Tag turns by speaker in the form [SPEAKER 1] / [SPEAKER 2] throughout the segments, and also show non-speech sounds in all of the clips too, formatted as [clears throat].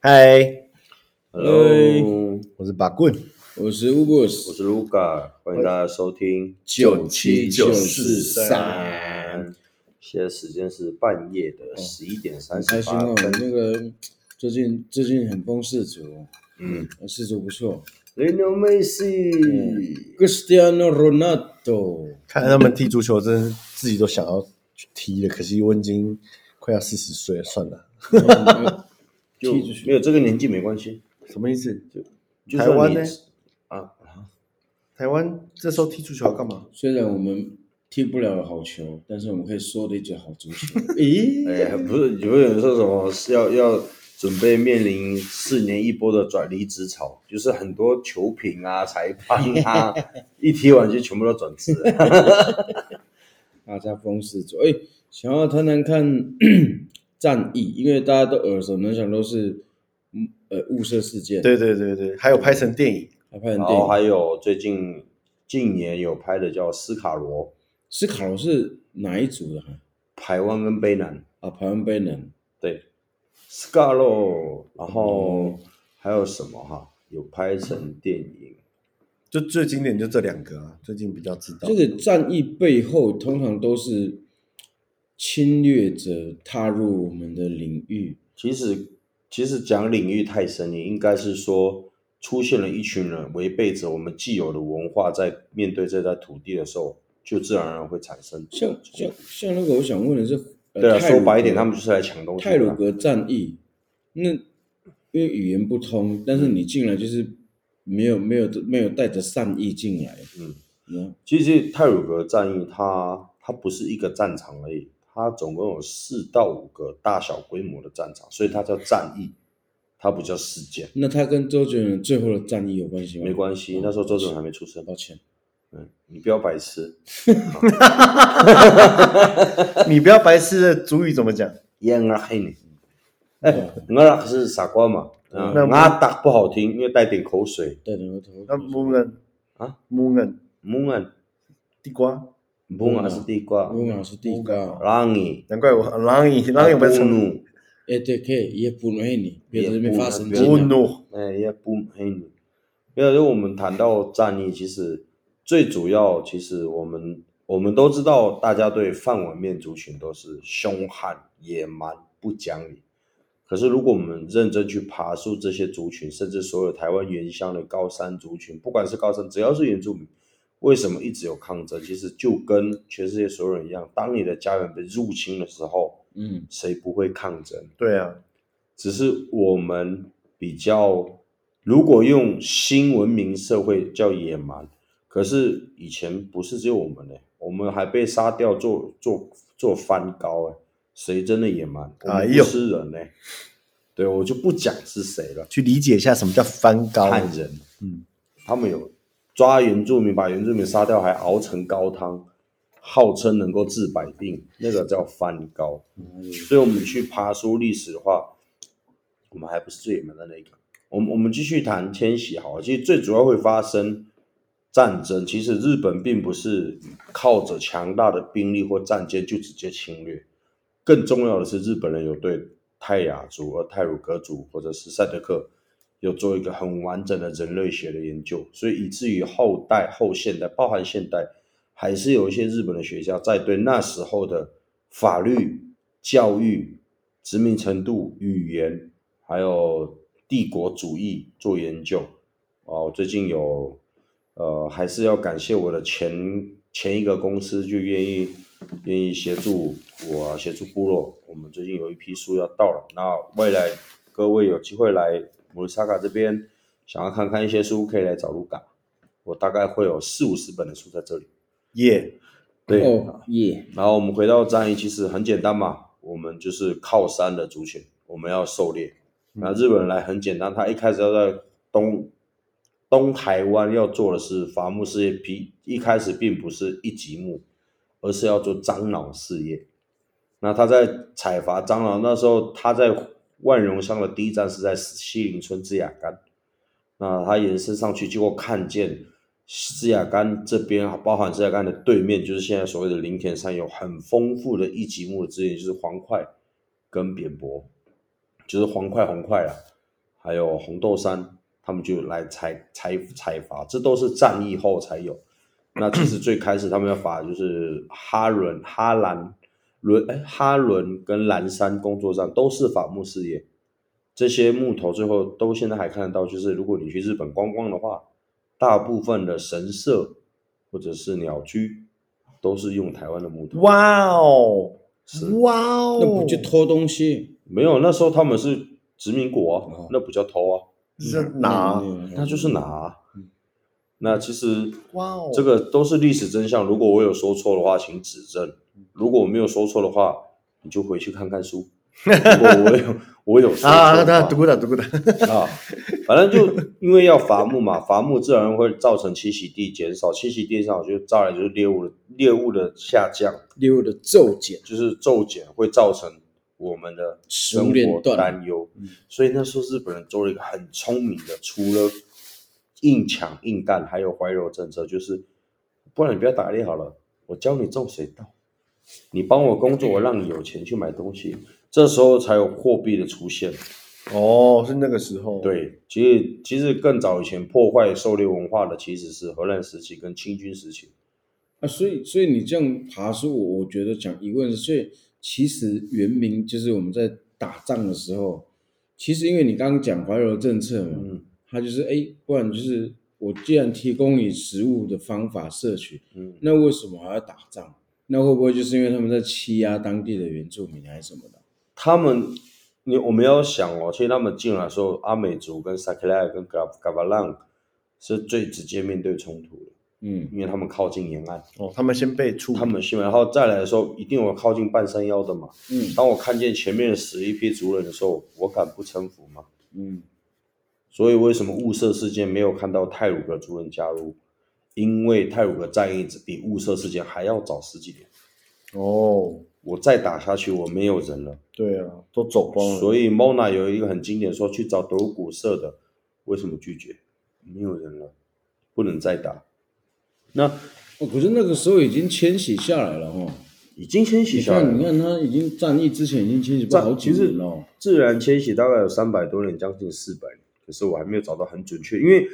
[SPEAKER 1] 嗨，
[SPEAKER 2] Hello，
[SPEAKER 1] 我是把棍，
[SPEAKER 2] 我是 Ugus，
[SPEAKER 3] 我是 Luca，欢迎大家收听
[SPEAKER 2] 97943。
[SPEAKER 3] 现在时间是半夜的十一点三
[SPEAKER 2] 很
[SPEAKER 3] 十
[SPEAKER 2] 开心
[SPEAKER 3] 八
[SPEAKER 2] 哦，
[SPEAKER 3] 分。
[SPEAKER 2] 那个最近最近很疯世足，
[SPEAKER 3] 嗯
[SPEAKER 2] 世足不错。
[SPEAKER 3] ，Lionel
[SPEAKER 2] 嗯
[SPEAKER 3] Messi，
[SPEAKER 2] Cristiano
[SPEAKER 3] [laughs]
[SPEAKER 2] Ronaldo，
[SPEAKER 1] 看他们踢足球，真是自己都想要去踢了。可惜我已经快要四十岁了，算了，
[SPEAKER 3] 就
[SPEAKER 2] 踢足球
[SPEAKER 3] 没有这个年纪没关系。
[SPEAKER 1] 什么意思？
[SPEAKER 3] 就
[SPEAKER 1] 台
[SPEAKER 3] 算
[SPEAKER 1] 湾
[SPEAKER 3] 你
[SPEAKER 1] 呢？
[SPEAKER 3] 啊，
[SPEAKER 1] 台湾这时候踢足球要干嘛？
[SPEAKER 2] 虽然我们踢不了好球，但是我们可以说的一句好足
[SPEAKER 3] [laughs]
[SPEAKER 2] 球。咦，
[SPEAKER 3] 哎，不是，有人说什么是要要准备面临四年一波的转离职潮，就是很多球评啊、裁判
[SPEAKER 2] [laughs]
[SPEAKER 3] 啊，一踢完就全部都转职了。
[SPEAKER 2] 大家疯世足，哎，想要谈谈看 [clears throat] 战役，因为大家都耳熟能详，都是嗯呃雾社事件，，
[SPEAKER 1] 对对对对，还有拍成电影，
[SPEAKER 2] 还拍成
[SPEAKER 3] 然后
[SPEAKER 2] 电影。
[SPEAKER 3] 哦还有最近近年有拍的叫《斯卡罗》，
[SPEAKER 2] 斯卡罗是哪一组的啊？
[SPEAKER 3] 台湾跟卑南，
[SPEAKER 2] 啊，台湾杯男。
[SPEAKER 3] 对，《斯卡罗》，然
[SPEAKER 2] 哦
[SPEAKER 3] 后还有什么哈？有拍成电影，
[SPEAKER 1] 就最经典就这两个啊，最近比较知道。
[SPEAKER 2] 这个战役背后通常都是侵略者踏入我们的领域，
[SPEAKER 3] 其实其实讲领域太深，也应该是说。出现了一群人违背着我们既有的文化，在面对这块土地的时候，就自然而然会产生
[SPEAKER 2] 像像像那个我想问的是，呃
[SPEAKER 3] 对啊，
[SPEAKER 2] 泰鲁
[SPEAKER 3] 说
[SPEAKER 2] 格
[SPEAKER 3] 白一点，他们就是来抢东西的啊。
[SPEAKER 2] 泰鲁格战役，那因为语言不通，但是你进来就是没有没有没有带着善意进来，
[SPEAKER 3] 嗯，
[SPEAKER 2] 嗯，
[SPEAKER 3] 其实泰鲁格战役它它不是一个战场而已，它总共有四到五个大小规模的战场，所以它叫战役，它不叫事件。
[SPEAKER 2] 那他跟周杰伦最后的战役有关系吗？
[SPEAKER 3] 没关系，那时候周总还没出生。
[SPEAKER 2] 抱歉，
[SPEAKER 3] 嗯，你不要白痴。
[SPEAKER 1] 你不要白痴的主语怎么讲？
[SPEAKER 3] 烟啊黑你，哎，
[SPEAKER 2] 哦
[SPEAKER 3] 我俩是傻瓜嘛。嗯，
[SPEAKER 1] 那不
[SPEAKER 3] 俺打不好听，因为带点口水。
[SPEAKER 2] 带着头
[SPEAKER 1] 那 moon
[SPEAKER 3] 啊
[SPEAKER 1] ，moon
[SPEAKER 3] 木啊，
[SPEAKER 1] 地瓜，
[SPEAKER 3] 木啊是地瓜，
[SPEAKER 2] 乌马是地瓜，
[SPEAKER 3] 让你
[SPEAKER 1] 难怪我 langi langi 不是成
[SPEAKER 3] 怒，
[SPEAKER 2] 哎对，可以也不容易你，别在那边发神
[SPEAKER 3] 也不
[SPEAKER 2] 经
[SPEAKER 3] 能
[SPEAKER 2] 啊。
[SPEAKER 1] moon
[SPEAKER 3] 哎，也不黑你。因为我们谈到战役，其实最主要，其实我们我们都知道，大家对泛文面族群都是凶悍、野蛮、不讲理。可是，如果我们认真去爬树这些族群，甚至所有台湾原乡的高山族群，不管是高山，只要是原住民，为什么一直有抗争？其实就跟全世界所有人一样，当你的家园被入侵的时候，
[SPEAKER 2] 嗯，
[SPEAKER 3] 谁不会抗争？
[SPEAKER 1] 对啊，
[SPEAKER 3] 只是我们比较，如果用新文明社会叫野蛮，可是以前不是只有我们呢、我们还被杀掉做做做翻高哎、谁真的野蛮？我
[SPEAKER 1] 哎
[SPEAKER 3] 们
[SPEAKER 1] 呦
[SPEAKER 3] 不是人呢、对我就不讲是谁了，
[SPEAKER 1] 去理解一下什么叫翻高
[SPEAKER 3] 汉人，
[SPEAKER 1] 嗯，
[SPEAKER 3] 他们有抓原住民，把原住民杀掉，还熬成高汤，号称能够治百病，那个叫翻高。所以我们去爬书历史的话，我们还不是最冷门的那一个。我们我们继续谈迁徙好了，其实最主要会发生战争。其实日本并不是靠着强大的兵力或战舰就直接侵略，更重要的是日本人有对泰雅族、和泰鲁格族或者是赛德克有做一个很完整的人类学的研究，所以以至于后代、后现代，包含现代，还是有一些日本的学家在对那时候的法律、教育、殖民程度、语言，还有帝国主义做研究。哦，最近有，呃，还是要感谢我的前前一个公司就愿意愿意协助我啊协助部落。我们最近有一批书要到了，那未来各位有机会来姆萨卡这边，想要看看一些书，可以来找卢卡。我大概会有四五十本的书在这里。
[SPEAKER 1] 耶，
[SPEAKER 3] 对，
[SPEAKER 2] 哦耶，
[SPEAKER 3] 然后我们回到战役，其实很简单嘛，我们就是靠山的族群，我们要狩猎。那日本人来很简单，他一开始要在东东台湾要做的是伐木事业，比一开始并不是一级木，而是要做樟脑事业。那他在采伐樟脑，那时候他在万荣乡的第一站是在西林村枝雅干，那他延伸上去，结果看见枝雅干这边，包含枝雅干的对面，就是现在所谓的林田山，有很丰富的一级木的资源，就是黄块跟扁柏，就是黄块红块啦。啊还有红豆杉，他们就来采采采伐，这都是战役后才有。那其实最开始他们要伐的就是哈伦、哈兰、伦哎哈伦跟蓝山工作站都是伐木事业，这些木头最后都现在还看得到，就是如果你去日本观光的话，大部分的神社或者是鸟居都是用台湾的木头。
[SPEAKER 1] 哇哦，
[SPEAKER 3] 是
[SPEAKER 1] 哇哦，
[SPEAKER 2] 那不就偷东西？
[SPEAKER 3] 没有，那时候他们是殖民国、啊，
[SPEAKER 2] 哦
[SPEAKER 3] 那不叫偷啊，
[SPEAKER 1] 是拿
[SPEAKER 3] 那就是拿啊、那其实
[SPEAKER 1] 哇哦，
[SPEAKER 3] 这个都是历史真相。如果我有说错的话，请指正；
[SPEAKER 1] 嗯
[SPEAKER 3] 如果我没有说错的话，你就回去看看
[SPEAKER 1] [laughs]
[SPEAKER 3] 书。如果我有我有说
[SPEAKER 1] 啊，
[SPEAKER 3] 错
[SPEAKER 1] 那
[SPEAKER 3] 的话
[SPEAKER 1] 读了 [laughs] 读了，
[SPEAKER 3] 啊，反正就因为要伐木嘛，伐木自然会造成栖息地减少，栖息地减少就再来就是猎物的猎物的下降，
[SPEAKER 2] 溜的骤减，
[SPEAKER 3] 就是骤减会造成我们的
[SPEAKER 2] 食物
[SPEAKER 3] 生
[SPEAKER 2] 链
[SPEAKER 3] 活
[SPEAKER 2] 断嗯
[SPEAKER 3] 担忧。所以那时候日本人做了一个很聪明的，除了硬抢硬干，还有怀柔政策，就是不然你不要打猎好了，我教你种水稻，你帮我工作，我让你有钱去买东西。这时候才有货币的出现。
[SPEAKER 1] 哦，是那个时候，，
[SPEAKER 3] 对，其实其实更早以前破坏狩猎文化的其实是荷兰时期跟清军时期。
[SPEAKER 2] 啊，所以所以你这样爬树，我我觉得讲疑问是，所以其实原名就是我们在打仗的时候，其实因为你刚刚讲怀柔政策嘛，
[SPEAKER 3] 嗯
[SPEAKER 2] 它就是哎，诶不然就是我既然提供你食物的方法摄取，
[SPEAKER 3] 嗯，
[SPEAKER 2] 那为什么还要打仗？那会不会就是因为他们在欺压当地的原住民还是什么的？
[SPEAKER 3] 他们，你我们要想哦，其实他们进来的时候，阿美族跟萨克莱跟嘎嘎巴浪是最直接面对冲突的，
[SPEAKER 2] 嗯，
[SPEAKER 3] 因为他们靠近沿岸，
[SPEAKER 1] 哦，他们先被处，
[SPEAKER 3] 他们西然后再来的时候，一定有靠近半山腰的嘛。
[SPEAKER 2] 嗯
[SPEAKER 3] 当我看见前面死一批族人的时候，我敢不臣服吗？
[SPEAKER 2] 嗯，
[SPEAKER 3] 所以为什么雾社事件没有看到泰鲁格族人加入？因为泰鲁格战役只比雾社事件还要早十几年。
[SPEAKER 1] 哦，
[SPEAKER 3] 我再打下去，我没有人了。
[SPEAKER 1] 对啊，都走光了，
[SPEAKER 3] 所
[SPEAKER 1] 以
[SPEAKER 3] 以 Mona 有一个很经典说去找德古社的，为什么拒绝？没有人了，不能再打。那
[SPEAKER 2] 哦，可是那个时候已经迁徙下来了哦。
[SPEAKER 3] 已经迁徙
[SPEAKER 2] 你
[SPEAKER 3] 下来
[SPEAKER 2] 看，你
[SPEAKER 3] 了，
[SPEAKER 2] 看，他已经战役之前已经迁徙过
[SPEAKER 3] 战
[SPEAKER 2] 好几
[SPEAKER 3] 其实
[SPEAKER 2] 年了哦。
[SPEAKER 3] 自然迁徙大概有三百多年，将近四百年。可是我还没有找到很准确，因为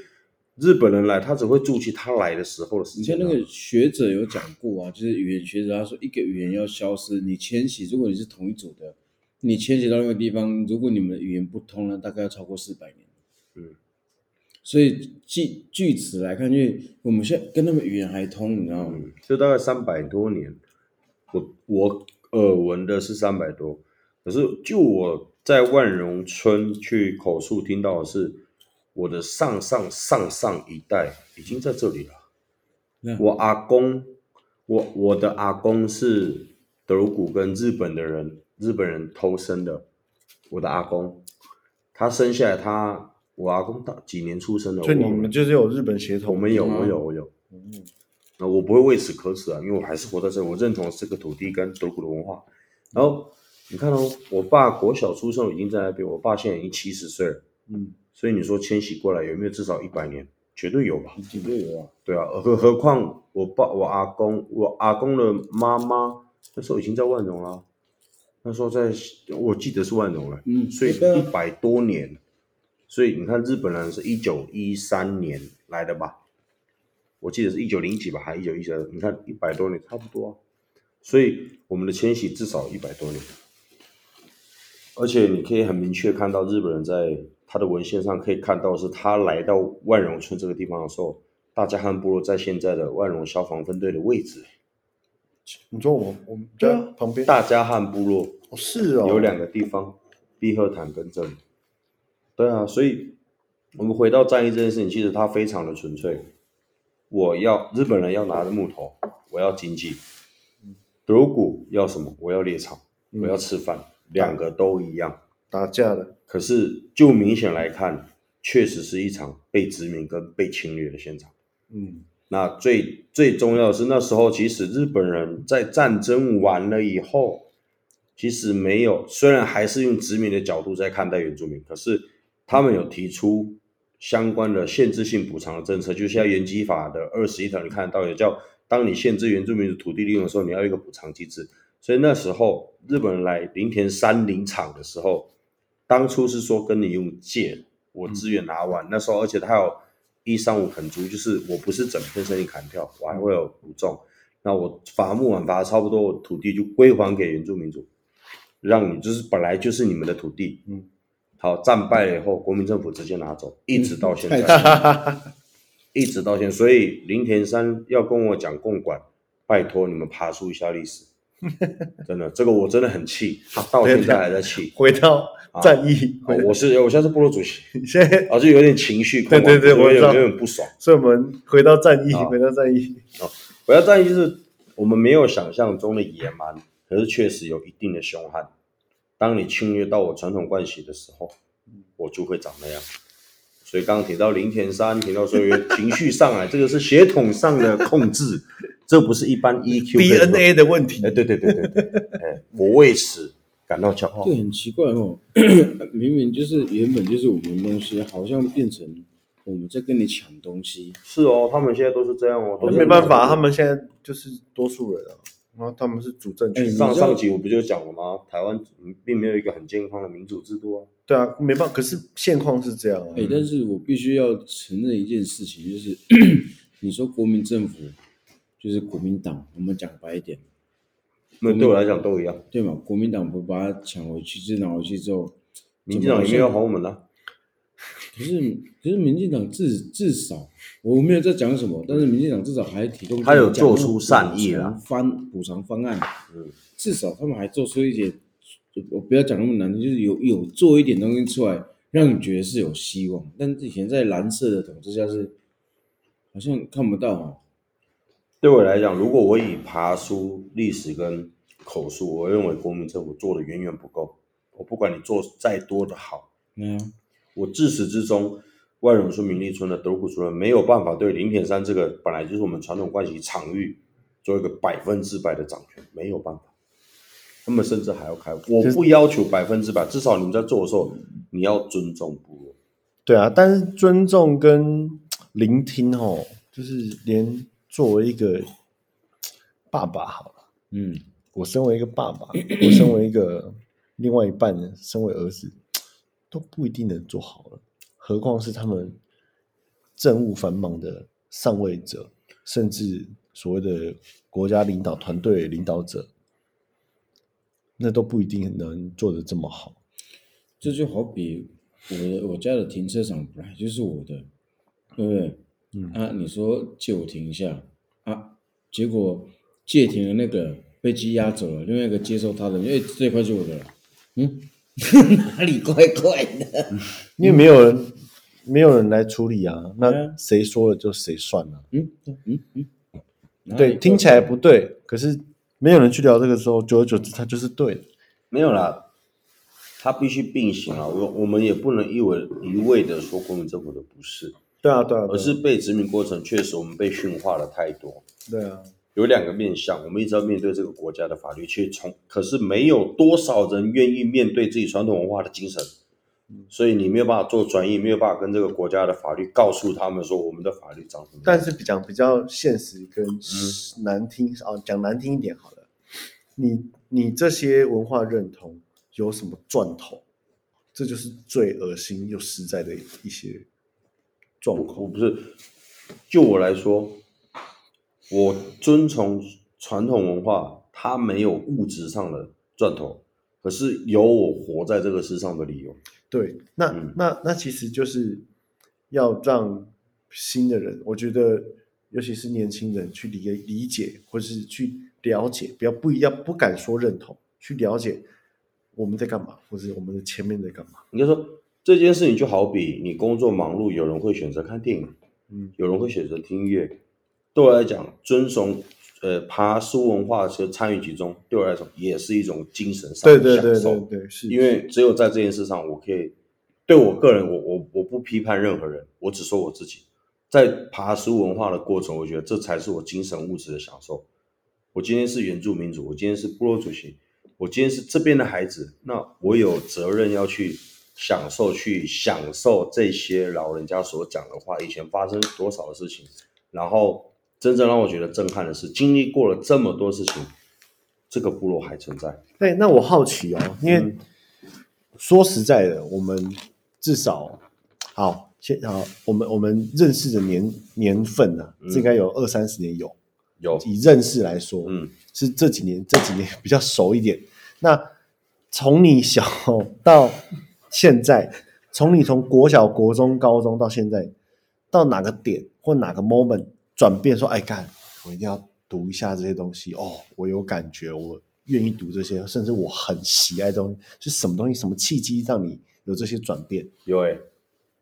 [SPEAKER 3] 日本人来，他只会注记他来的时候的时
[SPEAKER 2] 以前
[SPEAKER 3] 间、啊
[SPEAKER 2] 那个学者有讲过啊，就是语言学者，他说一个语言要消失，你迁徙，如果你是同一组的，你迁徙到那个地方，如果你们的语言不通了，大概要超过四百年。
[SPEAKER 3] 嗯，
[SPEAKER 2] 所以据据此来看，因为我们现在跟他们语言还通，你知道吗？
[SPEAKER 3] 嗯，就大概三百多年。我我耳闻的是三百多，可是就我在万荣村去口述听到的是，我的上上上上一代已经在这里了。
[SPEAKER 2] 那
[SPEAKER 3] 我阿公，我我的阿公是德鲁古跟日本的人，日本人偷生的。我的阿公，他生下来他，我阿公到几年出生的？
[SPEAKER 1] 所以
[SPEAKER 3] 我
[SPEAKER 1] 你
[SPEAKER 3] 忘了
[SPEAKER 1] 们就是有日本血
[SPEAKER 3] 我
[SPEAKER 1] 统，
[SPEAKER 3] 们有，
[SPEAKER 2] 嗯
[SPEAKER 3] 我有，我有。那我不会为此可耻啊，因为我还是活在这，我认同这个土地跟德国的文化。然后你看哦，我爸国小出生已经在那边，我爸现在已经七十岁了，
[SPEAKER 2] 嗯，
[SPEAKER 3] 所以你说迁徙过来有没有至少一百年？绝对有吧？
[SPEAKER 2] 绝对有啊。
[SPEAKER 3] 对啊，何何况我爸、我阿公、我阿公的妈妈那时候已经在万荣了，啊那时候在我记得是万荣了，
[SPEAKER 2] 嗯
[SPEAKER 3] 所以
[SPEAKER 2] 对啊
[SPEAKER 3] 一百多年，所以你看日本人是一九一三年来的吧？我记得是一九零几吧，还一九一三，你看一百多年差不多啊，所以我们的迁徙至少一百多年，而且你可以很明确看到日本人在他的文献上可以看到，是他来到万荣村这个地方的时候，大家汉部落在现在的万荣消防分队的位置，
[SPEAKER 1] 你说我们我们家旁边，
[SPEAKER 3] 啊大家汉部落
[SPEAKER 1] 哦是哦，
[SPEAKER 3] 有两个地方，碧鹤潭跟这里。对啊，所以我们回到战役这件事情，其实它非常的纯粹。我要日本人要拿着木头，我要经济；德古要什么？我要猎场，我要吃饭，两个都一样。
[SPEAKER 1] 打架的，
[SPEAKER 3] 可是就明显来看，确实是一场被殖民跟被侵略的现场。
[SPEAKER 1] 嗯，
[SPEAKER 3] 那最最重要的是，那时候其实日本人在战争完了以后，其实没有，虽然还是用殖民的角度在看待原住民，可是他们有提出相关的限制性补偿的政策，就像原基法的二十一条，你看得到有叫，当你限制原住民的土地利用的时候，你要有一个补偿机制。所以那时候日本人来林田山林场的时候，当初是说跟你用借的，我资源拿完，那时候而且它有一三五砍竹，就是我不是整片森林砍掉，我还会有补种。那我伐木完伐差不多，我土地就归还给原住民族，让你就是本来就是你们的土地。
[SPEAKER 1] 嗯，
[SPEAKER 3] 好，战败了以后，国民政府直接拿走，一直到现
[SPEAKER 1] 嗯
[SPEAKER 3] 在。 [laughs] 一直到现在，所以林田山要跟我讲共管，拜托你们爬出一下
[SPEAKER 1] [laughs]
[SPEAKER 3] 历史，真的，这个我真的很气，到现在还在气。
[SPEAKER 1] [laughs] 回到战役，
[SPEAKER 3] 哦
[SPEAKER 1] 回到
[SPEAKER 3] 我是我现在是部落主席，
[SPEAKER 1] 现在，
[SPEAKER 3] 啊，就有点情绪控管，
[SPEAKER 1] 对对对
[SPEAKER 3] 我
[SPEAKER 1] 我
[SPEAKER 3] 有
[SPEAKER 1] 知道
[SPEAKER 3] 点有点不爽。
[SPEAKER 1] 所以我们回到战役，
[SPEAKER 3] 好
[SPEAKER 1] 回到战役，
[SPEAKER 3] 我要战役就是我们没有想象中的野蛮，可是确实有一定的凶悍。当你侵略到我传统惯习的时候，我就会长那样。所以刚刚提到林田山，提到说有情绪上来，这个是血统上的控制， [laughs] 这不是一般 EQ 可以做
[SPEAKER 1] DNA 的问题
[SPEAKER 3] 哎，，对对对对对，哎，我为此感到骄傲
[SPEAKER 2] 这。很奇怪哦，明明就是原本就是我们的东西，好像变成我们在跟你抢东西。
[SPEAKER 3] 是哦，他们现在都是这样哦，都
[SPEAKER 1] 那
[SPEAKER 3] 是
[SPEAKER 1] 没办法，他们现在就是多数人啊，然后他们是主政
[SPEAKER 2] 哎
[SPEAKER 1] 群
[SPEAKER 2] 你知道
[SPEAKER 3] 上上集我不就讲了吗？台湾并没有一个很健康的民主制度啊。
[SPEAKER 1] 对啊，没办法，可是现况是这样啊
[SPEAKER 2] 哎、，
[SPEAKER 3] 嗯
[SPEAKER 2] 但是我必须要承认一件事情，就是 [coughs] 你说国民政府就是国民党，我们讲白一点，
[SPEAKER 3] 那对我来讲都一样，
[SPEAKER 2] 对吗？国民党不把它抢回去，就拿回去之后，
[SPEAKER 3] 民进党也没有还我们啊。
[SPEAKER 2] 可是可是民进党至至少我没有在讲什么，但是民进党至少还提供
[SPEAKER 3] 他有做出善意啦
[SPEAKER 2] 了方补偿方案，
[SPEAKER 3] 嗯，
[SPEAKER 2] 至少他们还做出一点，我不要讲那么难听，就是有有做一点东西出来，让你觉得是有希望。但是以前在蓝色的统治下是好像看不到啊，
[SPEAKER 3] 对我来讲，如果我以爬书、历史跟口述，我认为国民政府做的远远不够。我不管你做再多的好，
[SPEAKER 2] 没有啊，
[SPEAKER 3] 我至始至终，万荣村、民立村的德古族人没有办法对林田山这个本来就是我们传统关系场域做一个百分之百的掌权，没有办法。他们甚至还要开，我不要求百分之百，至少你们在做的时候，你要尊重部落。
[SPEAKER 1] 对啊，但是尊重跟聆听哦，就是连作为一个爸爸好了，
[SPEAKER 2] 嗯，
[SPEAKER 1] 我身为一个爸爸，我身为一个另外一半，身为儿子，都不一定能做好了，何况是他们政务繁忙的上位者，甚至所谓的国家领导团队领导者，那都不一定能做得这么好。
[SPEAKER 2] 这就好比我的我家的停车场本来就是我的，对不对？
[SPEAKER 1] 嗯
[SPEAKER 2] 啊，你说借我停一下啊，结果借停的那个被羁押走了，另外一个接收他的，哎，这一块是我的了，嗯， [laughs] 哪里怪怪的？
[SPEAKER 1] 因为没有人，没有人来处理啊，
[SPEAKER 2] 对
[SPEAKER 1] 那
[SPEAKER 2] 啊
[SPEAKER 1] 谁说了就谁算了、
[SPEAKER 2] 嗯嗯嗯嗯，哪里
[SPEAKER 1] 对，
[SPEAKER 2] 怪
[SPEAKER 1] 听起来不对，可是没有人去聊这个时候，久而久之，它就是对的。
[SPEAKER 3] 没有啦，他必须并行啊。我我们也不能一味一味的说国民政府的不是，
[SPEAKER 1] 对啊，对啊，
[SPEAKER 3] 而是被殖民过程确实我们被驯化了太多。
[SPEAKER 1] 对啊，
[SPEAKER 3] 有两个面向，我们一直要面对这个国家的法律，却从可是没有多少人愿意面对自己传统文化的精神，所以你没有办法做转移，没有办法跟这个国家的法律告诉他们说我们的法律长什么样。
[SPEAKER 1] 但是比讲比较现实跟难听啊、哦，讲难听一点好了，你你这些文化认同有什么赚头？这就是最恶心又实在的一些状
[SPEAKER 3] 我
[SPEAKER 1] 况。
[SPEAKER 3] 不是，就我来说，我遵从传统文化，它没有物质上的赚头，可是有我活在这个世上的理由。
[SPEAKER 1] 对，那、
[SPEAKER 3] 嗯
[SPEAKER 1] 那那其实就是要让新的人，我觉得尤其是年轻人去理理解或是去了解，不要不一样，不敢说认同，去了解我们在干嘛，或者我们的前面在干嘛。
[SPEAKER 3] 应该说这件事情就好比你工作忙碌，有人会选择看电影，
[SPEAKER 1] 嗯，
[SPEAKER 3] 有人会选择听音乐。对我来讲，遵从呃爬书文化和参与其中，对我来讲也是一种精神上
[SPEAKER 1] 对
[SPEAKER 3] 的
[SPEAKER 1] 对对
[SPEAKER 3] 享受。
[SPEAKER 1] 对对，是
[SPEAKER 3] 因为只有在这件事上，我可以对我个人，我我我不批判任何人，我只说我自己。在爬书文化的过程，我觉得这才是我精神物质的享受。我今天是原住民族，我今天是部落主席，我今天是这边的孩子，那我有责任要去享受，去享受这些老人家所讲的话，以前发生多少的事情，然后真正让我觉得震撼的是，经历过了这么多事情，这个部落还存在。
[SPEAKER 1] 对，那我
[SPEAKER 3] 嗯
[SPEAKER 1] 好奇哦，因为说实在的，我们至少好，先好，我们我们认识的年年份呢、啊，
[SPEAKER 3] 嗯
[SPEAKER 1] 这应该有二三十年有。
[SPEAKER 3] 有，
[SPEAKER 1] 以认识来说，
[SPEAKER 3] 嗯，
[SPEAKER 1] 是这几年这几年比较熟一点。那从你小 [laughs] 到现在，从你从国小、国中、高中到现在，到哪个点或哪个 moment 转变，说，哎，干，我一定要读一下这些东西哦，我有感觉，我愿意读这些，甚至我很喜爱的东西，是什么东西，什么契机让你有这些转变？
[SPEAKER 3] 有哎、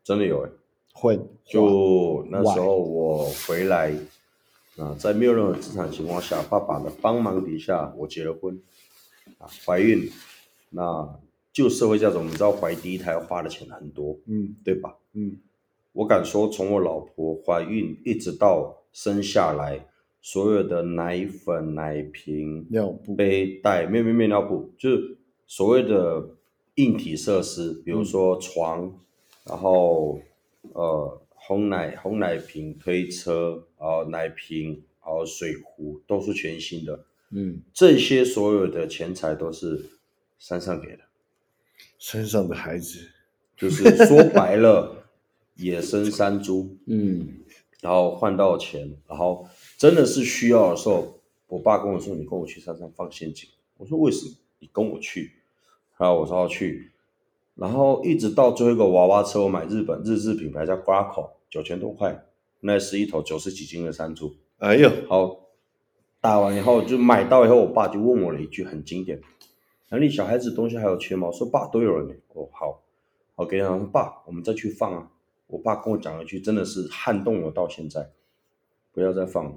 [SPEAKER 3] 真的有哎、
[SPEAKER 1] 会
[SPEAKER 3] 就那时候我回来啊，在没有任何资产情况下，爸爸的帮忙底下，我结了婚啊，怀孕。那就社会价值，我们知道怀第一胎花的钱很多，
[SPEAKER 1] 嗯
[SPEAKER 3] 对吧？
[SPEAKER 1] 嗯，
[SPEAKER 3] 我敢说，从我老婆怀孕一直到生下来，所有的奶粉、奶瓶、
[SPEAKER 1] 尿布，
[SPEAKER 3] 背带，没有没有没有尿布，就是所谓的硬体设施，比如说床，然后呃红奶红奶瓶、推车，然后奶瓶，然后水壶都是全新的，
[SPEAKER 2] 嗯，
[SPEAKER 3] 这些所有的钱财都是山上给的，
[SPEAKER 1] 身上的孩子，
[SPEAKER 3] 就是说白了，野生山猪，
[SPEAKER 2] 嗯，
[SPEAKER 3] 然后换到钱，然后真的是需要的时候，我爸跟我说：“你跟我去山上放陷阱。”我说：“为什么？”你跟我去。然后我说要去，然后一直到最后一个娃娃车，我买日本日制品牌叫 Graco，九千多块，那是一头九十几斤的山猪。
[SPEAKER 1] 哎呦，
[SPEAKER 3] 好，打完以后就买到以后，我爸就问我了一句很经典：“哪里小孩子东西还有缺吗？”我说：“爸，都有了呢。”哦，好，我给他说：“爸，我们再去放啊。”我爸跟我讲了一句，真的是撼动我到现在，不要再放了。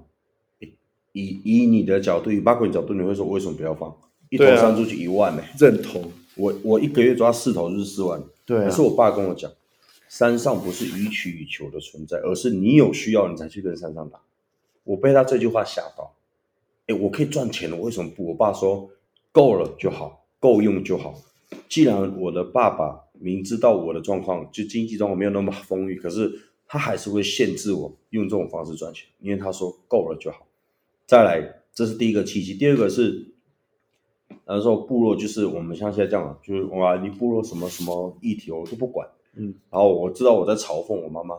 [SPEAKER 3] 以以以你的角度，以八哥的角度，你会说为什么不要放？一头
[SPEAKER 1] 对啊
[SPEAKER 3] 山猪就一万呢、
[SPEAKER 1] 认同，
[SPEAKER 3] 我我一个月抓四头就是四万，
[SPEAKER 1] 对
[SPEAKER 3] 可
[SPEAKER 1] 啊
[SPEAKER 3] 是，我爸跟我讲，山上不是予取予求的存在，而是你有需要你才去跟山上打。我被他这句话吓到，哎，我可以赚钱了，为什么不？我爸说够了就好，够用就好。既然我的爸爸明知道我的状况，就经济状况没有那么丰裕，可是他还是会限制我用这种方式赚钱，因为他说够了就好。再来，这是第一个契机，第二个是那时候部落就是我们像现在这样，就是哇，你部落什么什么议题我都不管，
[SPEAKER 1] 嗯，
[SPEAKER 3] 然后我知道我在嘲讽我妈妈，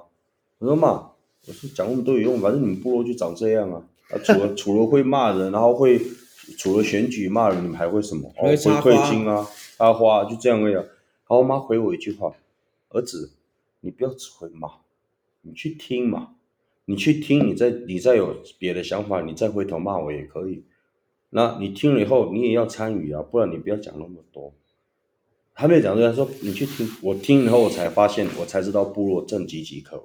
[SPEAKER 3] 我说妈，我说讲那么多有用，反正你们部落就长这样啊，啊，除了 [laughs] 除了会骂人，然后会除了选举骂人，你们还会什么？哦
[SPEAKER 2] 还会
[SPEAKER 3] 回
[SPEAKER 2] 插花
[SPEAKER 3] 馈金啊，插花啊就这样而已、啊。然后我妈回我一句话，儿子，你不要只会骂，你去听嘛，你去听，你再你再有别的想法，你再回头骂我也可以。那你听了以后，你也要参与啊，不然你不要讲那么多。还没有讲出来，说你去听，我听了以后我才发现，我才知道部落正岌岌可危，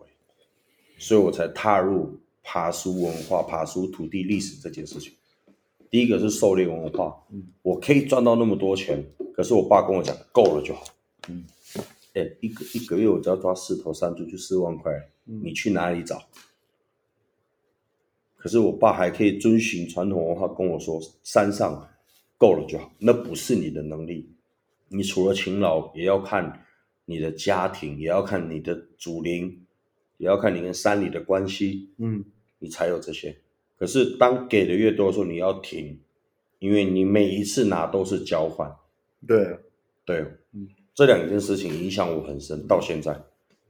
[SPEAKER 3] 所以我才踏入爬书文化、爬书土地历史这件事情。第一个是狩猎文化，我可以赚到那么多钱，可是我爸跟我讲够了就好。哎、一个一个月我只要抓四头山猪就四万块，你去哪里找？可是我爸还可以遵循传统文化跟我说，山上够了就好，那不是你的能力，你除了勤劳，也要看你的家庭，也要看你的祖灵，也要看你跟山里的关系，
[SPEAKER 1] 嗯，
[SPEAKER 3] 你才有这些。可是当给的越多的时候，你要停，因为你每一次拿都是交换，
[SPEAKER 1] 对啊，
[SPEAKER 3] 对，哦这两件事情影响我很深，到现在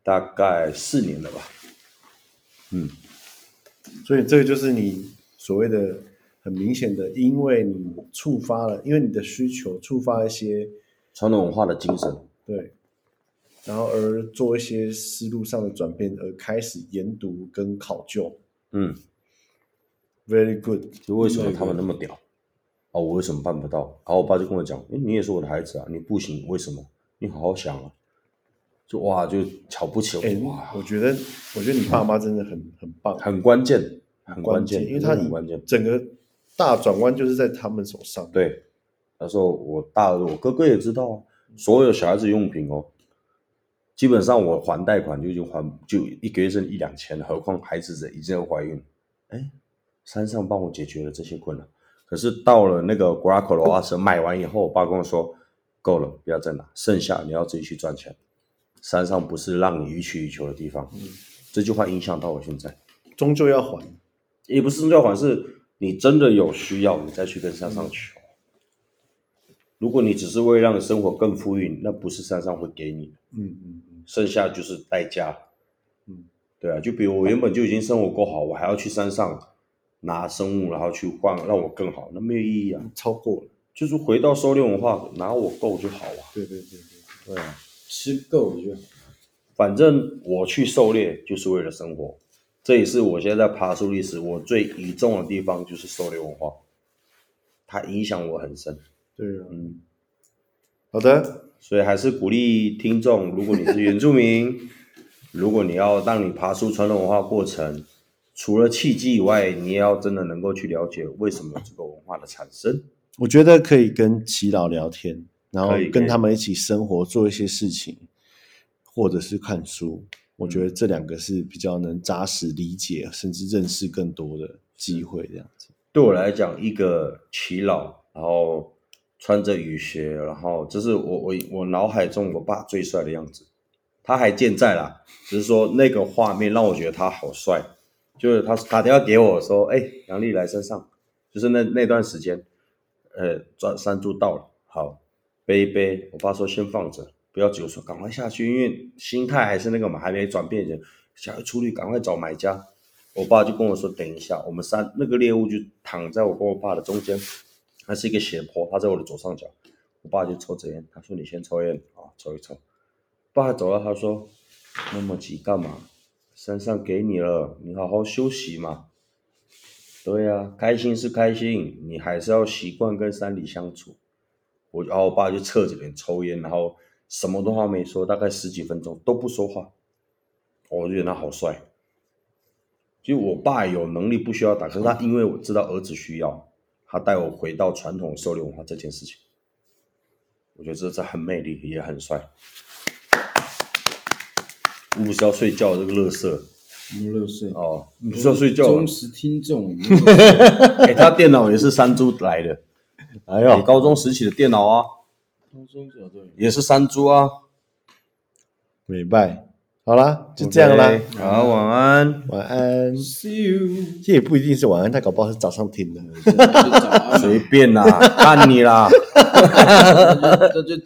[SPEAKER 3] 大概四年了吧。
[SPEAKER 1] 所以这个就是你所谓的很明显的，因为你触发了，因为你的需求触发一些
[SPEAKER 3] 传统文化的精神，
[SPEAKER 1] 对，然后而做一些思路上的转变，而开始研读跟考究。
[SPEAKER 3] 嗯，
[SPEAKER 1] Very good，
[SPEAKER 3] 就为什么他们那么屌？啊，我为什么办不到？然后我爸就跟我讲，诶，你也是我的孩子啊，你不行，为什么？你好好想啊。就哇，就瞧不起我，
[SPEAKER 1] 哎、
[SPEAKER 3] 哇，
[SPEAKER 1] 我觉得，我觉得你爸妈真的很很棒，
[SPEAKER 3] 很关键，很
[SPEAKER 1] 关
[SPEAKER 3] 关键，
[SPEAKER 1] 因为他
[SPEAKER 3] 很关键。
[SPEAKER 1] 整个大转弯就是在他们手上。
[SPEAKER 3] 对，那时候我大我哥哥也知道啊，所有小孩子用品哦，基本上我还贷款就已经还就一个月剩一两千了，何况孩子已经怀孕。哎，山上帮我解决了这些困难，可是到了那个 Graco 的花车买完以后，我爸跟我说，够了，不要再拿，剩下你要自己去赚钱。山上不是让你予取予求的地方，这句话影响到我现在。
[SPEAKER 1] 终究要还。
[SPEAKER 3] 也不是宗教款，是你真的有需要，你再去跟山上求。如果你只是为了让你生活更富裕，那不是山上会给你的。
[SPEAKER 1] 嗯嗯嗯，
[SPEAKER 3] 剩下就是代价。
[SPEAKER 1] 嗯，
[SPEAKER 3] 对啊，就比如我原本就已经生活够好，我还要去山上拿生物，然后去换让我更好，那没有意义啊。
[SPEAKER 1] 超过了，
[SPEAKER 3] 就是回到狩猎文化，拿我够就好啊。
[SPEAKER 1] 对对对对，
[SPEAKER 3] 对啊，
[SPEAKER 2] 吃够了就好。
[SPEAKER 3] 反正我去狩猎就是为了生活，这也是我现在在爬树历史我最倚重的地方，就是狩猎文化，它影响我很深。
[SPEAKER 1] 对啊，
[SPEAKER 3] 嗯。
[SPEAKER 1] 好的，
[SPEAKER 3] 所以还是鼓励听众，如果你是原住民， [laughs] 如果你要让你爬出传统文化过程，除了契机以外，你也要真的能够去了解为什么有这个文化的产生。
[SPEAKER 1] 我觉得可以跟祈老聊天，然后
[SPEAKER 3] 可以可以
[SPEAKER 1] 跟他们一起生活，做一些事情，或者是看书。
[SPEAKER 3] 嗯
[SPEAKER 1] 我觉得这两个是比较能扎实理解，甚至认识更多的机会。这样子，
[SPEAKER 3] 对我来讲，一个耆老，然后穿着雨鞋，然后这是我我我脑海中我爸最帅的样子，他还健在啦，只是说那个画面让我觉得他好帅，就是他打电话给我说，哎、杨丽来山上，就是那那段时间，呃，转山猪到了，好，背一背，我爸说先放着，不要急，我说赶快下去，因为心态还是那个嘛，还没转变人，想要出去赶快找买家，我爸就跟我说：“等一下，我们三那个猎物就躺在我跟我爸的中间，它是一个斜坡，它在我的左上角。”我爸就抽着烟，他说：“你先抽烟啊，抽一抽。”爸走了，他说：“那么急干嘛？山上给你了，你好好休息嘛。”对呀、开心是开心，你还是要习惯跟山里相处。我然后我爸就侧着脸抽烟，然后什么都话没说，大概十几分钟都不说话。我就觉得他好帅。就我爸有能力不需要打，可是他
[SPEAKER 1] 嗯
[SPEAKER 3] 因为我知道儿子需要，他带我回到传统狩猎文化这件事情，我觉得这这很魅力，也很帅。我不是要睡觉这个乐色
[SPEAKER 2] 什么乐色？
[SPEAKER 3] 哦，你不是要睡觉啊
[SPEAKER 2] 忠？实听众， [laughs]
[SPEAKER 3] 哎、他电脑也是山猪来的，
[SPEAKER 1] 哎
[SPEAKER 3] 哎，
[SPEAKER 1] 呦，
[SPEAKER 3] 高中时期的电脑啊，
[SPEAKER 2] 忠实小队。
[SPEAKER 3] 也是山猪啊，
[SPEAKER 1] 美拜，好啦，就这样啦
[SPEAKER 3] OK，好，晚安，
[SPEAKER 1] 晚安。
[SPEAKER 2] See you。
[SPEAKER 1] 这也不一定是晚安，他搞不好是早上听的。
[SPEAKER 2] [laughs] 就找阿
[SPEAKER 3] 随
[SPEAKER 2] 美，
[SPEAKER 3] 便啦，看你啦。
[SPEAKER 2] 那就那就找。